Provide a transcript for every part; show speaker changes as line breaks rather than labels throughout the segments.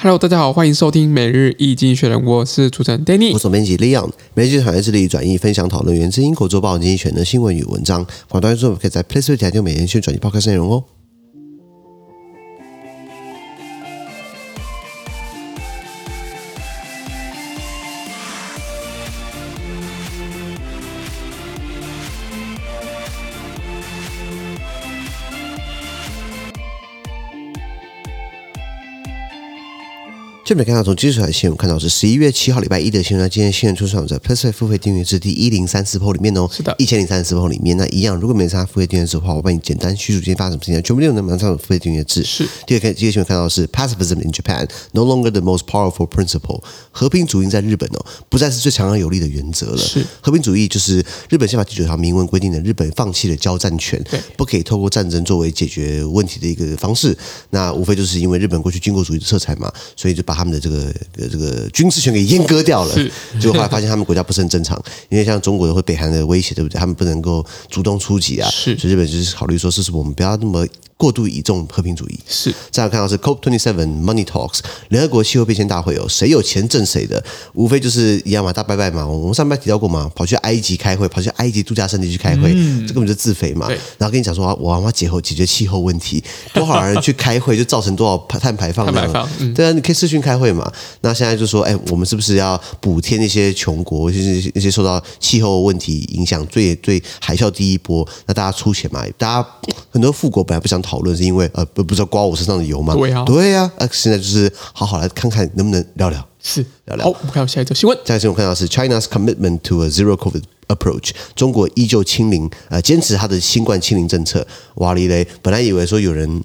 Hello，大家好，欢迎收听每日易经学人，我是主持人
我
Danny。
总编辑 Leon，每日产业致力转译、分享、讨论源自英国《周报》经济选的新闻与文章。广大观众可以在 p l a y s t o r e 台就每天选转译 Podcast 内容哦。这边看到从基础台新闻看到是十一月七号礼拜一的新闻，那今天新闻出场在 p l a y s t o r e 付费订阅制第一零三四铺里面哦，
是的
一千零三十四铺里面。那一样，如果没参加付费订阅制的话，我帮你简单叙述今天发生什么事情，全部内容能马上有付费订阅制。
是
第二个第二个新闻看到的是 pacifism in Japan no longer the most powerful principle，和平主义在日本哦不再是最强而有力的原则了。
是
和平主义就是日本宪法第九条明文规定的，日本放弃了交战权
对，
不可以透过战争作为解决问题的一个方式。那无非就是因为日本过去军国主义的色彩嘛，所以就把他们的这个呃这个军事权给阉割掉了
是。
结果后来发现他们国家不是很正常，因为像中国的或北韩的威胁，对不对？他们不能够主动出击啊，
是
所以日本就是考虑说，是不是我们不要那么过度倚重和平主义？
是
再来看到是 COP 2 7 Money Talks 联合国气候变迁大会有谁有钱挣谁的，无非就是一样嘛，大拜拜嘛。我们上班提到过嘛，跑去埃及开会，跑去埃及度假胜地去开会，这根本就自肥嘛
嗯对。
然后跟你讲说，啊我要解后解决气候问题，多少人去开会就造成多少碳排放
碳
量
排放。嗯
对啊，你可以视讯开会嘛。那现在就说，哎，我们是不是要补贴那些穷国，就是那些受到气候问题影响最最海啸第一波，那大家出钱嘛？大家很多富国本来不想讨论，是因为呃不不知道刮我身上的油嘛。
对啊
对呀、啊，现在就是好好来看看能不能聊聊。
是，
聊聊
好，我们看到下一则新闻。
下一次我看到的是 China's commitment to a zero COVID approach，中国依旧清零，呃，坚持它的新冠清零政策。哇哩嘞，本来以为说有人。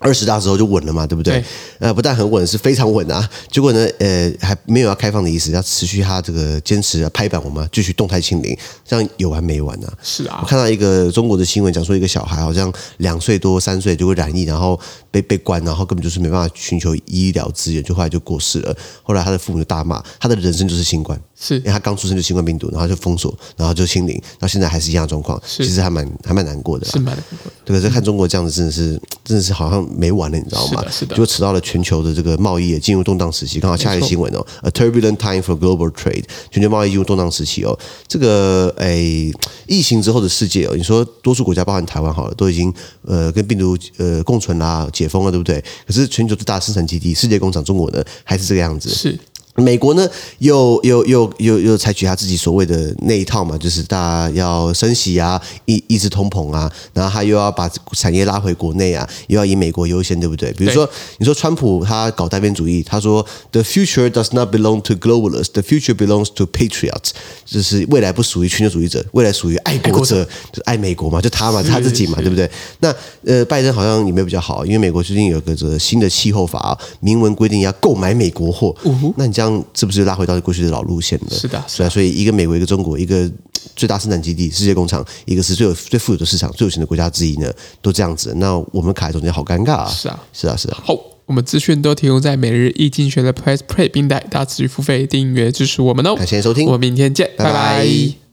二十大之后就稳了嘛，对不对？
对
呃，不但很稳，是非常稳啊。结果呢，呃，还没有要开放的意思，要持续它这个坚持拍板，我们继续动态清零，这样有完没完啊？
是啊
我，看到一个中国的新闻，讲说一个小孩好像两岁多、三岁就会染疫，然后被被关，然后根本就是没办法寻求医疗资源，就后来就过世了。后来他的父母就大骂，他的人生就是新冠，
是
因为他刚出生就新冠病毒，然后就封锁，然后就清零，到现在还是一样的状况，
是
其实还蛮还蛮难过的啦。
是蛮
对，可是看中国这样子，真的是真的是好像没完了，你知道吗？
是的是的
就迟到了全球的这个贸易也进入动荡时期。刚好下一个新闻哦，A turbulent time for global trade，全球贸易进入动荡时期哦。这个诶，疫情之后的世界哦，你说多数国家，包含台湾好了，都已经呃跟病毒呃共存啦、解封了，对不对？可是全球最大的生产基地，世界工厂中国呢，还是这个样子。
是
美国呢，又又又又又采取他自己所谓的那一套嘛，就是大家要升息啊，抑抑制通膨啊，然后他又要把产业拉回国内啊，又要以美国优先，对不对？比如说，你说川普他搞单边主义，他说 “The future does not belong to globalists, the future belongs to patriots”，就是未来不属于全球主义者，未来属于爱国者，就是爱美国嘛，就他嘛，他自己嘛，对不对？那呃，拜登好像也没有比较好，因为美国最近有个这个新的气候法、啊，明文规定要购买美国货。那你这样是不是拉回到过去的老路线了？
是的是
对啊，所以一个美国，一个中国，一个最大生产基地、世界工厂，一个是最有最富有的市场、最有钱的国家之一呢，都这样子。那我们卡在中间好尴尬啊！
是啊，
是啊，是啊。
好，我们资讯都提供在每日易经学的 Press Play 平台，大家持续付费订阅支持我们哦。
感谢收听
我们明天见，拜拜
拜拜